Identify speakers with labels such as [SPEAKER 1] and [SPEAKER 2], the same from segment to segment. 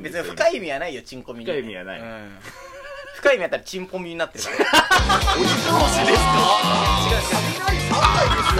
[SPEAKER 1] 別に深い意味はないよ、チンコミに。
[SPEAKER 2] 深い意味はない
[SPEAKER 1] うん深い意味あったらチンポミにな ってるか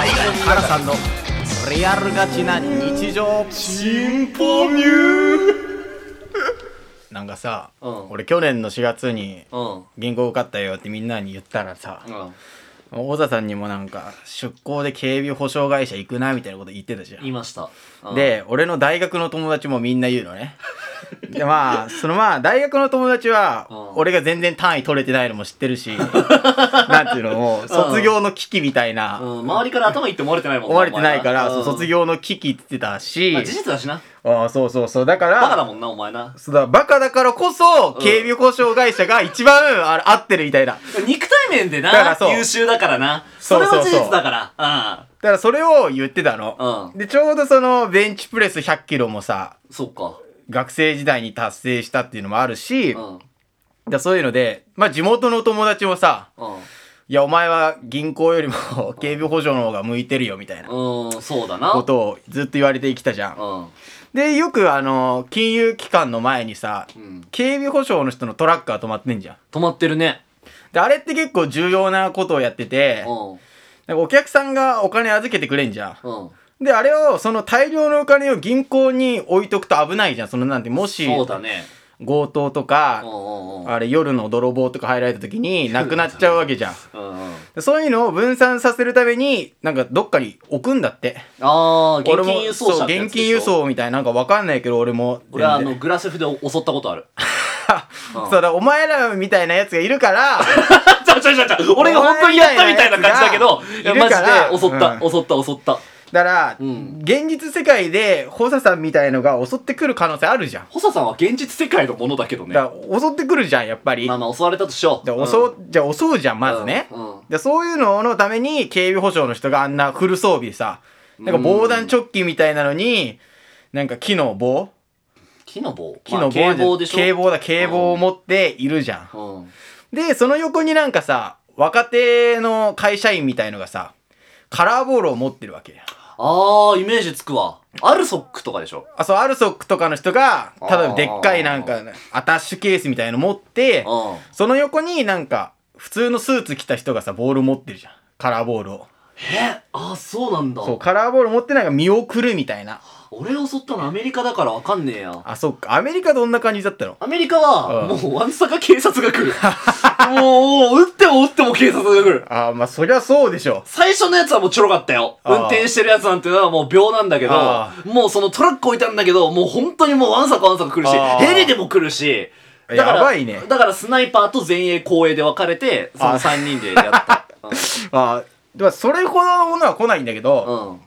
[SPEAKER 1] ら。原さんのリアルガチな日常。
[SPEAKER 2] チンポミュー
[SPEAKER 1] なんかさ、
[SPEAKER 2] うん
[SPEAKER 1] 俺去年の4月に
[SPEAKER 2] うん
[SPEAKER 1] 銀行受かったよってみんなに言ったらさ、
[SPEAKER 2] うん
[SPEAKER 1] 大田さんにもなんか出向で警備保障会社行くなみたいなこと言ってたじゃん。
[SPEAKER 2] 言いましたうん
[SPEAKER 1] で、俺の大学の友達もみんな言うの ね。で、まあ、そのまあ、大学の友達は
[SPEAKER 2] うん、
[SPEAKER 1] 俺が全然単位取れてないのも知ってる し、なんていうのもう、卒業の危機みたいな、
[SPEAKER 2] うん周りから頭いいって思われてないもん
[SPEAKER 1] 思われてないから、
[SPEAKER 2] お前
[SPEAKER 1] そう
[SPEAKER 2] な
[SPEAKER 1] 卒業の危機って言ってたし
[SPEAKER 2] まあ、事実だしな
[SPEAKER 1] ああそうそうそう、だか
[SPEAKER 2] バカだ
[SPEAKER 1] ら、
[SPEAKER 2] もんなお前な
[SPEAKER 1] そうだ、バカだからこそ
[SPEAKER 2] う、ん
[SPEAKER 1] 警備保障会社が一番、あれ合ってるみたいな。だ
[SPEAKER 2] 肉体面でな
[SPEAKER 1] だからそう
[SPEAKER 2] 優秀だからな
[SPEAKER 1] そ
[SPEAKER 2] そうれ
[SPEAKER 1] そうそう
[SPEAKER 2] は事実だから
[SPEAKER 1] からそれを言ってたの。
[SPEAKER 2] うんうん
[SPEAKER 1] で、ちょうどその、ベンチプレス100キロもさ、
[SPEAKER 2] そっか
[SPEAKER 1] 学生時代に達成したっていうのもあるし、
[SPEAKER 2] うん
[SPEAKER 1] だそういうので、まあ地元の友達もさ、いやお前は銀行よりも 警備保障の方が向いてるよみたいな
[SPEAKER 2] うんうんそうだな
[SPEAKER 1] こ
[SPEAKER 2] う
[SPEAKER 1] とをずっと言われてきたじゃん。
[SPEAKER 2] ん
[SPEAKER 1] で、よくあの、金融機関の前にさ、
[SPEAKER 2] うん
[SPEAKER 1] 警備保障の人のトラックが止まってんじゃん。
[SPEAKER 2] 止まってるね
[SPEAKER 1] で、あれって結構重要なことをやってて、
[SPEAKER 2] うん
[SPEAKER 1] なんかお客さんがお金預けてくれんじゃ
[SPEAKER 2] うん
[SPEAKER 1] ん。で、あれを、その大量のお金を銀行に置いとくと危ないじゃん。そのなんて、もし、
[SPEAKER 2] そうだね
[SPEAKER 1] 強盗と
[SPEAKER 2] うん
[SPEAKER 1] か、
[SPEAKER 2] うんうん
[SPEAKER 1] あれ夜の泥棒とか入られた時に、なくなっちゃうわけじゃん。
[SPEAKER 2] うんうん
[SPEAKER 1] でそういうのを分散させるために、なんかどっかに置くんだって。
[SPEAKER 2] ああ現
[SPEAKER 1] 俺も
[SPEAKER 2] 金輸送車
[SPEAKER 1] そう
[SPEAKER 2] ってやつ
[SPEAKER 1] 現
[SPEAKER 2] でしょ
[SPEAKER 1] 金輸送みたいな、なんかわかんないけど、俺も全然。
[SPEAKER 2] 俺はあのグラスフで襲ったことある
[SPEAKER 1] そうだ、お前らみたいなやつがいるから、
[SPEAKER 2] ちゃうちゃうちゃうちゃう俺が本当にやったみたいな感じだけどいや
[SPEAKER 1] お前
[SPEAKER 2] マ
[SPEAKER 1] みたいなやつがいるから
[SPEAKER 2] ジで襲った、
[SPEAKER 1] う
[SPEAKER 2] 襲った襲った
[SPEAKER 1] だから、
[SPEAKER 2] うん
[SPEAKER 1] 現実世界で、補佐さんみたいのが襲ってくる可能性あるじゃん。
[SPEAKER 2] 補佐さんは現実世界のものだけどね
[SPEAKER 1] だから、襲ってくるじゃん、やっぱり。
[SPEAKER 2] まあまあ襲われたとしよう
[SPEAKER 1] で襲うじゃあ襲うじゃん、まずね。
[SPEAKER 2] うんうん
[SPEAKER 1] でそういうののために、警備保障の人があんなフル装備さ、なんか防弾チョッキみたいなのに、なんか木の棒
[SPEAKER 2] 木の棒
[SPEAKER 1] 木の棒、
[SPEAKER 2] まあ、警棒でしょ
[SPEAKER 1] 警棒だ、警棒を持っているじゃん。
[SPEAKER 2] うん
[SPEAKER 1] で、その横になんかさ、若手の会社員みたいのがさ、カラーボールを持ってるわけや。
[SPEAKER 2] ああイメージつくわアルソックとかでしょ
[SPEAKER 1] あ、そう、アルソックとかの人が、
[SPEAKER 2] あー
[SPEAKER 1] ただでっかいなんか、アタッシュケースみたいの持って、
[SPEAKER 2] うん
[SPEAKER 1] その横になんか、普通のスーツ着た人がさ、ボール持ってるじゃん。カラーボールを。
[SPEAKER 2] えああそうなんだ
[SPEAKER 1] そう、カラーボール持ってなんか見送るみたいな。
[SPEAKER 2] 俺襲ったのアメリカだからわかんねえや
[SPEAKER 1] あ、そっか。アメリカどんな感じだったの
[SPEAKER 2] アメリカは、
[SPEAKER 1] うん
[SPEAKER 2] もうワンサカ警察が来るもう撃っても撃っても警察が来る
[SPEAKER 1] あー、まあ、そりゃそうでしょ。
[SPEAKER 2] 最初のやつはもうちょろかったよ。
[SPEAKER 1] あー
[SPEAKER 2] 運転してるやつなんてのはもう秒なんだけど
[SPEAKER 1] あ、
[SPEAKER 2] もうそのトラック置いたんだけど、もう本当にもうわんさかわんさか来るし
[SPEAKER 1] あ、ー
[SPEAKER 2] ヘリでも来るし、だから
[SPEAKER 1] やばいね。
[SPEAKER 2] だからスナイパーと前衛後衛で分かれて、その
[SPEAKER 1] あー
[SPEAKER 2] 3人でや っ
[SPEAKER 1] あ
[SPEAKER 2] た。
[SPEAKER 1] ーでもそれほどのものは来ないんだけ
[SPEAKER 2] う
[SPEAKER 1] ど、
[SPEAKER 2] ん。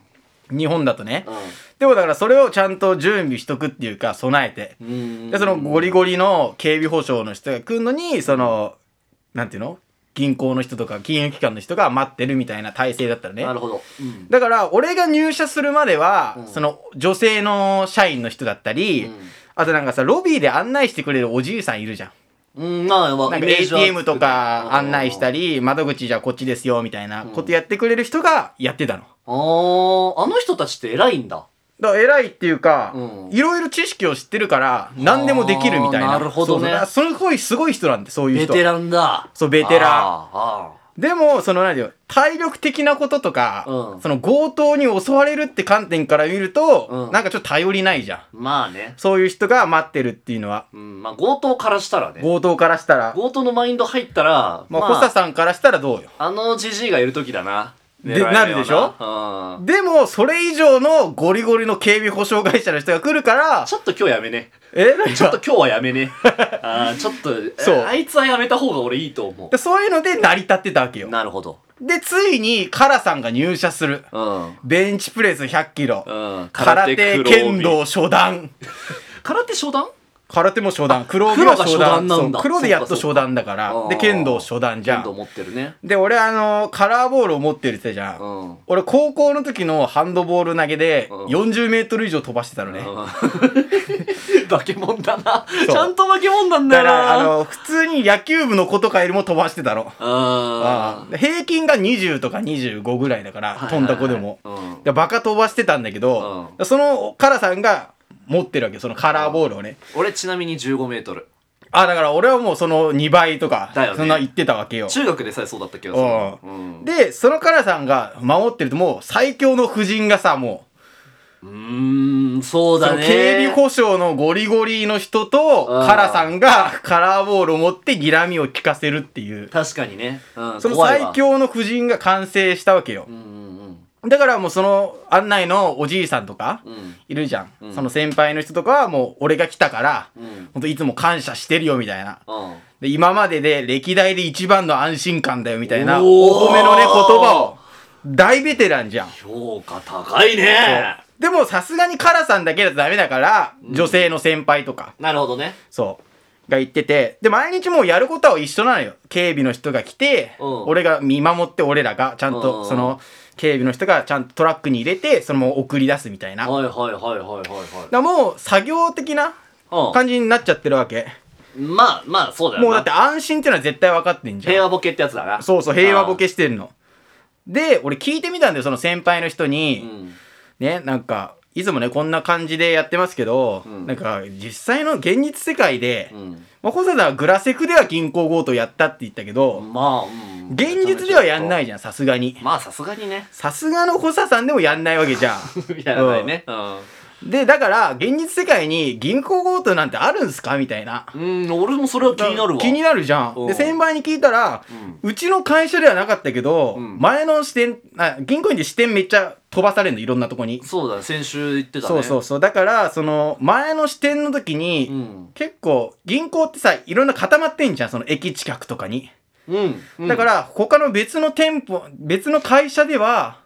[SPEAKER 2] うん。
[SPEAKER 1] 日本だとね。
[SPEAKER 2] う
[SPEAKER 1] でもだからそれをちゃんと準備しとくっていうか備えて、
[SPEAKER 2] ん。
[SPEAKER 1] でそのゴリゴリの警備保障の人が来るのにそのなんていうの銀行の人とか金融機関の人が待ってるみたいな体制だったらね
[SPEAKER 2] なるほど。うん。
[SPEAKER 1] だから俺が入社するまでは、
[SPEAKER 2] うん
[SPEAKER 1] その女性の社員の人だったり、
[SPEAKER 2] うん
[SPEAKER 1] あとなんかさロビーで案内してくれるおじいさんいるじゃん
[SPEAKER 2] うん、まあ、
[SPEAKER 1] なんか
[SPEAKER 2] イメージは
[SPEAKER 1] ATM とか案内した
[SPEAKER 2] り。
[SPEAKER 1] り窓口じゃあこっちですよみたいなことやってくれる人がやってたの
[SPEAKER 2] あー、あの人たちって偉いんだ。
[SPEAKER 1] だから偉いっていうか
[SPEAKER 2] うん
[SPEAKER 1] いろいろ知識を知ってるから何でもできるみたいな
[SPEAKER 2] あーなるほ
[SPEAKER 1] そうそ
[SPEAKER 2] どね
[SPEAKER 1] うだからすごいすごい人なんでそういう
[SPEAKER 2] ベ
[SPEAKER 1] 人
[SPEAKER 2] テランだ。
[SPEAKER 1] そうベテラン
[SPEAKER 2] あーあ
[SPEAKER 1] でもその何だよ体力的なこととか、
[SPEAKER 2] うん
[SPEAKER 1] その強盗に襲われるって観点から見ると、
[SPEAKER 2] うん
[SPEAKER 1] なんかちょっと頼りないじゃん
[SPEAKER 2] ー。まあね。
[SPEAKER 1] そういう人が待ってるっていうのは
[SPEAKER 2] うん、まあ強盗からしたらね。
[SPEAKER 1] 強盗からしたら、
[SPEAKER 2] 強盗のマインド入ったら、
[SPEAKER 1] ま
[SPEAKER 2] ま
[SPEAKER 1] あ、
[SPEAKER 2] あ、
[SPEAKER 1] 保佐さんからしたらどうよ
[SPEAKER 2] あのじじいがいる時だな。
[SPEAKER 1] で
[SPEAKER 2] 狙えよ
[SPEAKER 1] なるでしょ
[SPEAKER 2] うん。
[SPEAKER 1] でもそれ以上のゴリゴリの警備保障会社の人が来るから
[SPEAKER 2] ちょっと今日やめね。
[SPEAKER 1] えなん
[SPEAKER 2] ちょっと
[SPEAKER 1] か
[SPEAKER 2] 今日はや めね。あーちょっと、
[SPEAKER 1] そう
[SPEAKER 2] あいつはやめた方が俺いいと思
[SPEAKER 1] でそういうので成り立ってたわけ
[SPEAKER 2] う。
[SPEAKER 1] よ
[SPEAKER 2] なるほど。
[SPEAKER 1] でついにカラさんが入社する
[SPEAKER 2] うん。
[SPEAKER 1] ベンチプレス100キロ、
[SPEAKER 2] うん。
[SPEAKER 1] 空手、
[SPEAKER 2] 黒帯
[SPEAKER 1] 剣道、。初段。
[SPEAKER 2] 空手初段
[SPEAKER 1] 空手も初段。黒帯は初段。
[SPEAKER 2] 黒が初段なんだ
[SPEAKER 1] そう黒でやっと
[SPEAKER 2] そ
[SPEAKER 1] 初
[SPEAKER 2] うか
[SPEAKER 1] 段だから
[SPEAKER 2] あ。ー
[SPEAKER 1] で、剣道初段じゃ
[SPEAKER 2] 剣道
[SPEAKER 1] ん。
[SPEAKER 2] 持ってるね。
[SPEAKER 1] で、俺あのーカラーボールを持ってるって言ってたじゃ。
[SPEAKER 2] うんん。うん
[SPEAKER 1] 俺高校の時のハンドボール投げで
[SPEAKER 2] うん
[SPEAKER 1] 40メートル以上飛ばしてたのね。
[SPEAKER 2] 化け物だな。
[SPEAKER 1] そう
[SPEAKER 2] ちゃんと化け物なん
[SPEAKER 1] だ
[SPEAKER 2] だ
[SPEAKER 1] か
[SPEAKER 2] よ
[SPEAKER 1] ら、あ
[SPEAKER 2] な。
[SPEAKER 1] の、普通に野球部の子とかよりも飛ばしてたの。
[SPEAKER 2] あ
[SPEAKER 1] うん平均が20とか25ぐらいだから、飛んだ子でも。
[SPEAKER 2] うん。
[SPEAKER 1] でバカ飛ばしてたんだけど、そのカラさんが、持ってるわけよそのカラーボールをね
[SPEAKER 2] 俺ちなみに15メートル。
[SPEAKER 1] あだから俺はもうその2倍とか、
[SPEAKER 2] だよね
[SPEAKER 1] そんな言ってたわけよ
[SPEAKER 2] 中学でさえそうだったけどさ。
[SPEAKER 1] う
[SPEAKER 2] うんん。
[SPEAKER 1] でそのカラーさんが守ってるともう最強の夫人がさも
[SPEAKER 2] うーん、そう
[SPEAKER 1] うそ
[SPEAKER 2] だ
[SPEAKER 1] の
[SPEAKER 2] ね。
[SPEAKER 1] 警備保障のゴリゴリの人と
[SPEAKER 2] うん
[SPEAKER 1] カラーさんがカラーボールを持って睨みを利かせるっていう
[SPEAKER 2] 確かにね。うん。
[SPEAKER 1] その
[SPEAKER 2] 怖い
[SPEAKER 1] 最
[SPEAKER 2] わ。
[SPEAKER 1] 強の夫人が完成したわけよ
[SPEAKER 2] うんうん
[SPEAKER 1] だからもうその案内のおじいさんとか
[SPEAKER 2] うん。うん。
[SPEAKER 1] いるじゃん、
[SPEAKER 2] うん
[SPEAKER 1] その先輩の人とかはもう俺が来たから
[SPEAKER 2] うん。
[SPEAKER 1] ほんといつも感謝してるよみたいな
[SPEAKER 2] うん。
[SPEAKER 1] で今までで歴代で一番の安心感だよみたいなお
[SPEAKER 2] おー
[SPEAKER 1] 褒めのね言葉を大ベテランじゃん
[SPEAKER 2] 評価高いね。
[SPEAKER 1] でもさすがにカラさんだけだとダメだから、女性の先輩とか
[SPEAKER 2] なるほどね。
[SPEAKER 1] そうが言っててで毎日もうやることは一緒なのよ警備の人が来て、
[SPEAKER 2] うん
[SPEAKER 1] 俺が見守って俺らがちゃん
[SPEAKER 2] う
[SPEAKER 1] と
[SPEAKER 2] ん
[SPEAKER 1] その警備の人がちゃんとトラックに入れてそのまま送り出すみたいな、だか
[SPEAKER 2] はいはいはいはいはい
[SPEAKER 1] らもう作業的な
[SPEAKER 2] はい。
[SPEAKER 1] 感じになっちゃってるわけ
[SPEAKER 2] うん。まあまあ、そうだよな。
[SPEAKER 1] もうだって安心っていうのは絶対分かってんじゃん
[SPEAKER 2] 平和ボケってやつだな。
[SPEAKER 1] そうそう、平和ボケしてるの。で、俺聞いてみたんだよ、その先輩の人
[SPEAKER 2] う
[SPEAKER 1] に。
[SPEAKER 2] ん。
[SPEAKER 1] ね、なんか、いつもね、こんな感じでやってますけど、
[SPEAKER 2] うん
[SPEAKER 1] なんか、実際の現実世界で
[SPEAKER 2] う、ん。
[SPEAKER 1] まあ、細田はグラセクでは銀行強盗やったって言ったけど、
[SPEAKER 2] まあ、うん。。
[SPEAKER 1] 現実ではやんないいじゃん、さすがに。
[SPEAKER 2] まあ、さすがにね。
[SPEAKER 1] さすがの細田さんでもやんないわけじゃん。
[SPEAKER 2] やらないね。うん。
[SPEAKER 1] で、だから、現実世界に銀行強盗なんてあるんすかみたいな。
[SPEAKER 2] うん、俺もそれは気になるわ。
[SPEAKER 1] 気になるじゃん。
[SPEAKER 2] うん
[SPEAKER 1] で、先輩に聞いたら、
[SPEAKER 2] うん。
[SPEAKER 1] うちの会社ではなかったけど、
[SPEAKER 2] うん
[SPEAKER 1] 前の支店あ銀行員で支店めっちゃ飛ばされるのいろんなとこに、
[SPEAKER 2] そうだね、先週言ってたね。
[SPEAKER 1] そうそうそうだからその前の支店の時に、
[SPEAKER 2] うん。
[SPEAKER 1] 結構銀行ってさいろんな固まってんじゃんその駅近くとかに、
[SPEAKER 2] うん。うん。
[SPEAKER 1] だから他の別の店舗別の会社では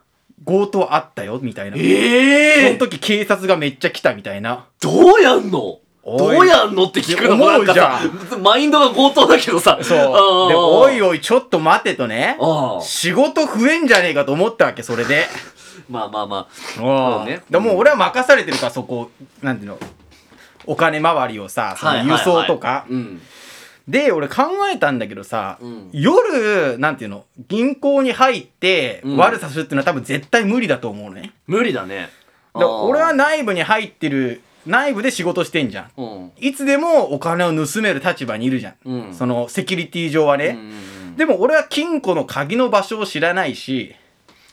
[SPEAKER 1] 強盗あったよみたいな、
[SPEAKER 2] え
[SPEAKER 1] そ
[SPEAKER 2] え
[SPEAKER 1] の時警察がめっちゃ来たみたいな
[SPEAKER 2] どうやんのど
[SPEAKER 1] おいう
[SPEAKER 2] やんのって聞くのもなんかさ
[SPEAKER 1] 思、
[SPEAKER 2] マインドが強盗だけどさ。
[SPEAKER 1] そうで
[SPEAKER 2] ああ
[SPEAKER 1] おいおいちょっと待てとね
[SPEAKER 2] ああ。
[SPEAKER 1] 仕事増えんじゃねえかと思ったわけそれで。
[SPEAKER 2] まあまあま
[SPEAKER 1] あ
[SPEAKER 2] そう
[SPEAKER 1] あ
[SPEAKER 2] ね
[SPEAKER 1] だからもう俺は任されてるからそこなんていうのお金回りをさ
[SPEAKER 2] あ。
[SPEAKER 1] その
[SPEAKER 2] はい
[SPEAKER 1] 輸送とか、
[SPEAKER 2] はいはいうん。
[SPEAKER 1] で俺考えたんだけどさ、
[SPEAKER 2] うん
[SPEAKER 1] 夜なんていうの銀行に入って
[SPEAKER 2] うん
[SPEAKER 1] 悪さするっていうのは多分絶対無理だと思うのね、
[SPEAKER 2] 無理だね。
[SPEAKER 1] だから
[SPEAKER 2] ああ
[SPEAKER 1] 俺は、内部に入ってる内部で仕事してんじゃん
[SPEAKER 2] うん。
[SPEAKER 1] いつでもお金を盗める立場にいるじゃん、
[SPEAKER 2] うん
[SPEAKER 1] そのセキュリティ上は
[SPEAKER 2] うんう
[SPEAKER 1] ね、
[SPEAKER 2] ん
[SPEAKER 1] でも俺は金庫の鍵の場所を知らないし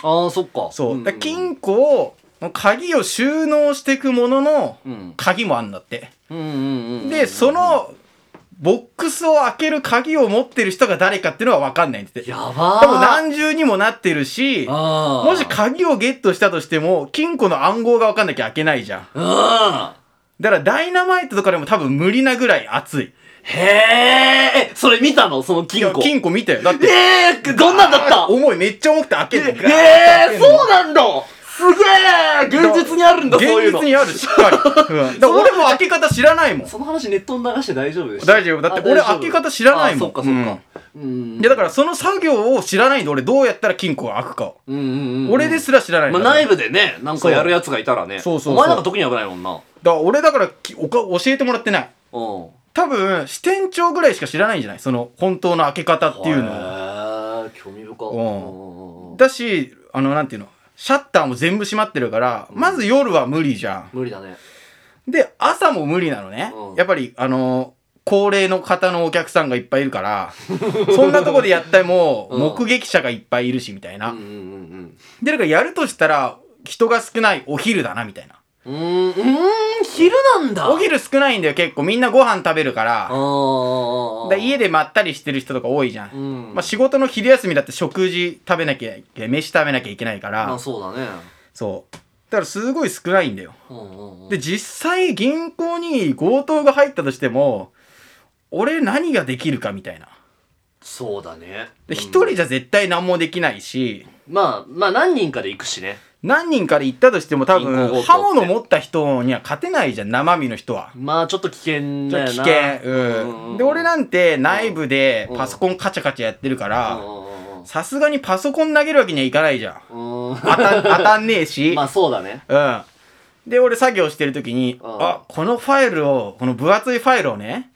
[SPEAKER 2] ああ、そっか。
[SPEAKER 1] そう、
[SPEAKER 2] ん
[SPEAKER 1] だから金庫をの鍵を収納していくものの、
[SPEAKER 2] うん。
[SPEAKER 1] 鍵もあんだって。
[SPEAKER 2] うんうんうんうん。
[SPEAKER 1] で、その、ボックスを開ける鍵を持ってる人が誰かっていうのは分かんないんですって。
[SPEAKER 2] やばー
[SPEAKER 1] 多分何重にもなってるし、
[SPEAKER 2] あー
[SPEAKER 1] もし鍵をゲットしたとしても、金庫の暗号が分かんなきゃ開けないじゃん。
[SPEAKER 2] うん
[SPEAKER 1] だからダイナマイトとかでも多分無理なぐらい熱い。
[SPEAKER 2] へえそれ見たのその金庫
[SPEAKER 1] いや金庫見たよ。だって、
[SPEAKER 2] ええー、どんなんだった
[SPEAKER 1] 重い、めっちゃ重くて開けてガーッて
[SPEAKER 2] え
[SPEAKER 1] 開け
[SPEAKER 2] えー、
[SPEAKER 1] んの
[SPEAKER 2] そうなんだすげえ現実にあるんだそういうの
[SPEAKER 1] 現実にある、しっかり。うん、だから俺も開け方知らないもん。
[SPEAKER 2] その話ネットに流して大丈夫でした
[SPEAKER 1] 大丈夫。だって俺開け方知らないもん。
[SPEAKER 2] あ大丈夫あそっかそっかうん
[SPEAKER 1] いやだからその作業を知らないんで俺どうやったら金庫が開くかを、
[SPEAKER 2] うんうんうんうん
[SPEAKER 1] 俺ですら知らないん
[SPEAKER 2] ま
[SPEAKER 1] だ
[SPEAKER 2] あ
[SPEAKER 1] から、
[SPEAKER 2] 内部でねなんかやるやつがいたらね
[SPEAKER 1] そうそうそう
[SPEAKER 2] お前なんか特に危ないもんな
[SPEAKER 1] だから俺だからきおか教えてもらってない
[SPEAKER 2] うん
[SPEAKER 1] 多分支店長ぐらいしか知らないんじゃないその本当の開け方っていうのを
[SPEAKER 2] のへえ興味深
[SPEAKER 1] うん
[SPEAKER 2] うんうんうん
[SPEAKER 1] だしあのなんていうのシャッターも全部閉まってるから、まず夜は無理じゃ
[SPEAKER 2] 無理だね
[SPEAKER 1] んで朝も無理なのね、
[SPEAKER 2] うん
[SPEAKER 1] やっぱりあの高齢の方のお客さんがいっぱいいるから そんなとこでやっても
[SPEAKER 2] うん
[SPEAKER 1] 目撃者がいっぱいいるしみたいな、
[SPEAKER 2] うんうん
[SPEAKER 1] でだからやるとしたら人が少ないお昼だなみたいな
[SPEAKER 2] うんうんうーん昼なんだ
[SPEAKER 1] お昼少ないんだよ結構みんなご飯食べるから
[SPEAKER 2] あ
[SPEAKER 1] だ家でまったりしてる人とか多いじゃん、
[SPEAKER 2] うん
[SPEAKER 1] まあ、仕事の昼休みだって食事食べなきゃいけない飯食べなきゃいけないから、
[SPEAKER 2] まあそうだね
[SPEAKER 1] そうだからすごい少ないんだよ
[SPEAKER 2] うんうんうん
[SPEAKER 1] で実際銀行に強盗が入ったとしても俺何ができるかみたいな
[SPEAKER 2] そうだね
[SPEAKER 1] で
[SPEAKER 2] うん
[SPEAKER 1] 一人じゃ絶対何もできないし
[SPEAKER 2] まあまあ何人かで行くしね
[SPEAKER 1] 何人かで行ったとしても多
[SPEAKER 2] 銀行強盗
[SPEAKER 1] 分
[SPEAKER 2] って
[SPEAKER 1] 刃物持った人には勝てないじゃん生身の人は
[SPEAKER 2] まあちょっと危険
[SPEAKER 1] ちょ
[SPEAKER 2] だ
[SPEAKER 1] っ
[SPEAKER 2] よ
[SPEAKER 1] と
[SPEAKER 2] な
[SPEAKER 1] 危険、うん、で俺なんて内部で
[SPEAKER 2] うん
[SPEAKER 1] パソコンカチャカチャやってるか
[SPEAKER 2] うん
[SPEAKER 1] ら
[SPEAKER 2] うん
[SPEAKER 1] さすがにパソコン投げるわけにはいかないじゃん
[SPEAKER 2] うんうん
[SPEAKER 1] 当た当たんねえし、
[SPEAKER 2] まあそうだね
[SPEAKER 1] うんで俺作業してる時に
[SPEAKER 2] うん
[SPEAKER 1] あこのファイルをこの分厚いファイルをね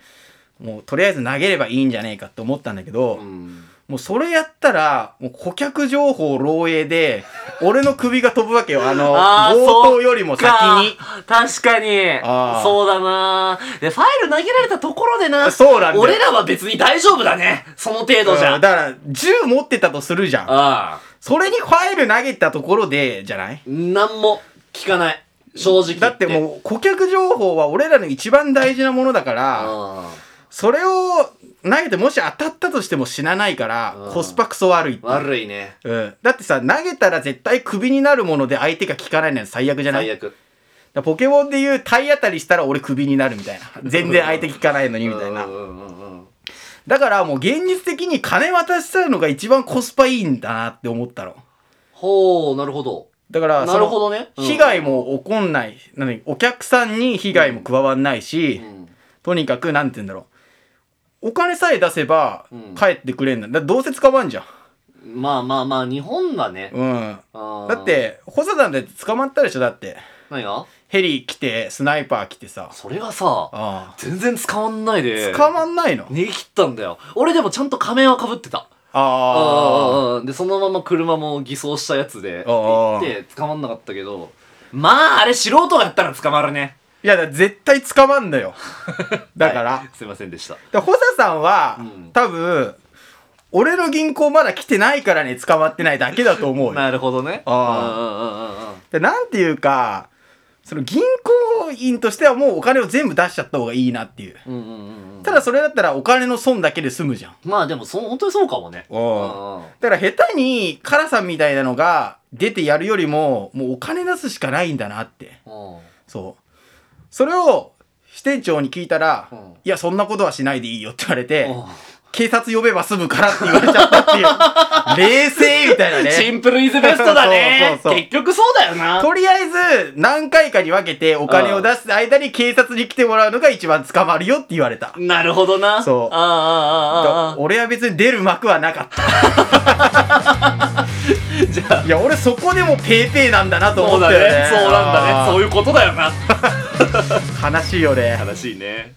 [SPEAKER 1] もうとりあえず投げればいいんじゃねえかって思ったんだけど、
[SPEAKER 2] うん
[SPEAKER 1] もうそれやったら、もう顧客情報漏洩で、 俺の首が飛ぶわけよ。あの、
[SPEAKER 2] あー
[SPEAKER 1] 冒頭よりも先に。
[SPEAKER 2] 確かに
[SPEAKER 1] あー
[SPEAKER 2] そうだなでファイル投げられたところでな
[SPEAKER 1] そうなんだよ
[SPEAKER 2] 俺らは別に大丈夫だねその程度じゃ、
[SPEAKER 1] うんだから、銃持ってたとするじゃん。
[SPEAKER 2] ああ
[SPEAKER 1] それにファイル投げたところで、じゃない
[SPEAKER 2] 何も聞かない正直言
[SPEAKER 1] だって
[SPEAKER 2] う
[SPEAKER 1] もう顧客情報は俺らの一番大事なものだから、
[SPEAKER 2] あ
[SPEAKER 1] それを投げてもし当たったとしても死なないから
[SPEAKER 2] う、ん
[SPEAKER 1] コスパクソ悪いっていう
[SPEAKER 2] 悪いね
[SPEAKER 1] うん、だってさ投げたら絶対クビになるもので相手が効かないのは最悪じゃない
[SPEAKER 2] 最悪
[SPEAKER 1] だからポケモンでいう体当たりしたら俺クビになるみ たいな全然相手効かないのにみたいな
[SPEAKER 2] うんうんうんうん
[SPEAKER 1] だからもう現実的に金渡したのが一番コスパいいんだなって思ったの
[SPEAKER 2] ほうなるほど
[SPEAKER 1] だから
[SPEAKER 2] なるほどね
[SPEAKER 1] その被害も起こんない何お客さんに被害も加わんないし、
[SPEAKER 2] うん
[SPEAKER 1] とにかくなんて言うんだろうお金さえ出せば
[SPEAKER 2] うん
[SPEAKER 1] 帰ってくれんだだからどうせ捕まんじゃん
[SPEAKER 2] まあまあまあ日本はね
[SPEAKER 1] うん
[SPEAKER 2] あー
[SPEAKER 1] だって補佐団で捕まったでしょだって
[SPEAKER 2] 何が
[SPEAKER 1] ヘリ来てスナイパー来てさ
[SPEAKER 2] それがさ
[SPEAKER 1] あ
[SPEAKER 2] 全然捕まんないで
[SPEAKER 1] 捕まんないの、
[SPEAKER 2] 逃げ切ったんだよ俺でもちゃんと仮面はかぶってた
[SPEAKER 1] あ
[SPEAKER 2] ああでそのまま車も偽装したやつで
[SPEAKER 1] あ
[SPEAKER 2] 行
[SPEAKER 1] ー
[SPEAKER 2] って捕まんなかったけどまああれ素人がやったら捕まるね
[SPEAKER 1] いやだから絶対捕まんの よだから,、
[SPEAKER 2] はいすいませんでした
[SPEAKER 1] だから補佐さんは、
[SPEAKER 2] ん
[SPEAKER 1] 多分俺の銀行まだ来てないからね捕まってないだけだと思うよ、
[SPEAKER 2] なるほどね
[SPEAKER 1] あ
[SPEAKER 2] あ
[SPEAKER 1] でなんていうかその銀行員としてはもうお金を全部出しちゃった方がいいなっていう
[SPEAKER 2] うんうんうんうんうん
[SPEAKER 1] ただそれだったらお金の損だけで済むじゃん
[SPEAKER 2] まあでもそう本当にそうかもね
[SPEAKER 1] う
[SPEAKER 2] うんんうん
[SPEAKER 1] だから下手にカラさんみたいなのが出てやるよりももうお金出すしかないんだなってそう。それを支店長に聞いたら、
[SPEAKER 2] うん
[SPEAKER 1] いや、そんなことはしないでいいよって言われて、
[SPEAKER 2] うん
[SPEAKER 1] 警察呼べば済むからって言われちゃったって いう。冷静みたいな
[SPEAKER 2] シ
[SPEAKER 1] ね。
[SPEAKER 2] ンプルイズベストだね
[SPEAKER 1] そうそうそう
[SPEAKER 2] 結局そうだよな
[SPEAKER 1] とりあえず、何回かに分けてお金を出す間に警察に来てもらうのが一番捕まるよって言われた。
[SPEAKER 2] なるほどな
[SPEAKER 1] そう
[SPEAKER 2] ああああああ
[SPEAKER 1] 俺は別に出る幕はなかった。
[SPEAKER 2] じゃあ
[SPEAKER 1] いや、俺そこでもペーペーなんだなと
[SPEAKER 2] そ
[SPEAKER 1] 思
[SPEAKER 2] う
[SPEAKER 1] っ
[SPEAKER 2] だ
[SPEAKER 1] たよね
[SPEAKER 2] ね。そうなんだねそう
[SPEAKER 1] ね。
[SPEAKER 2] いうことだよな
[SPEAKER 1] 悲しいよね。
[SPEAKER 2] 悲しいね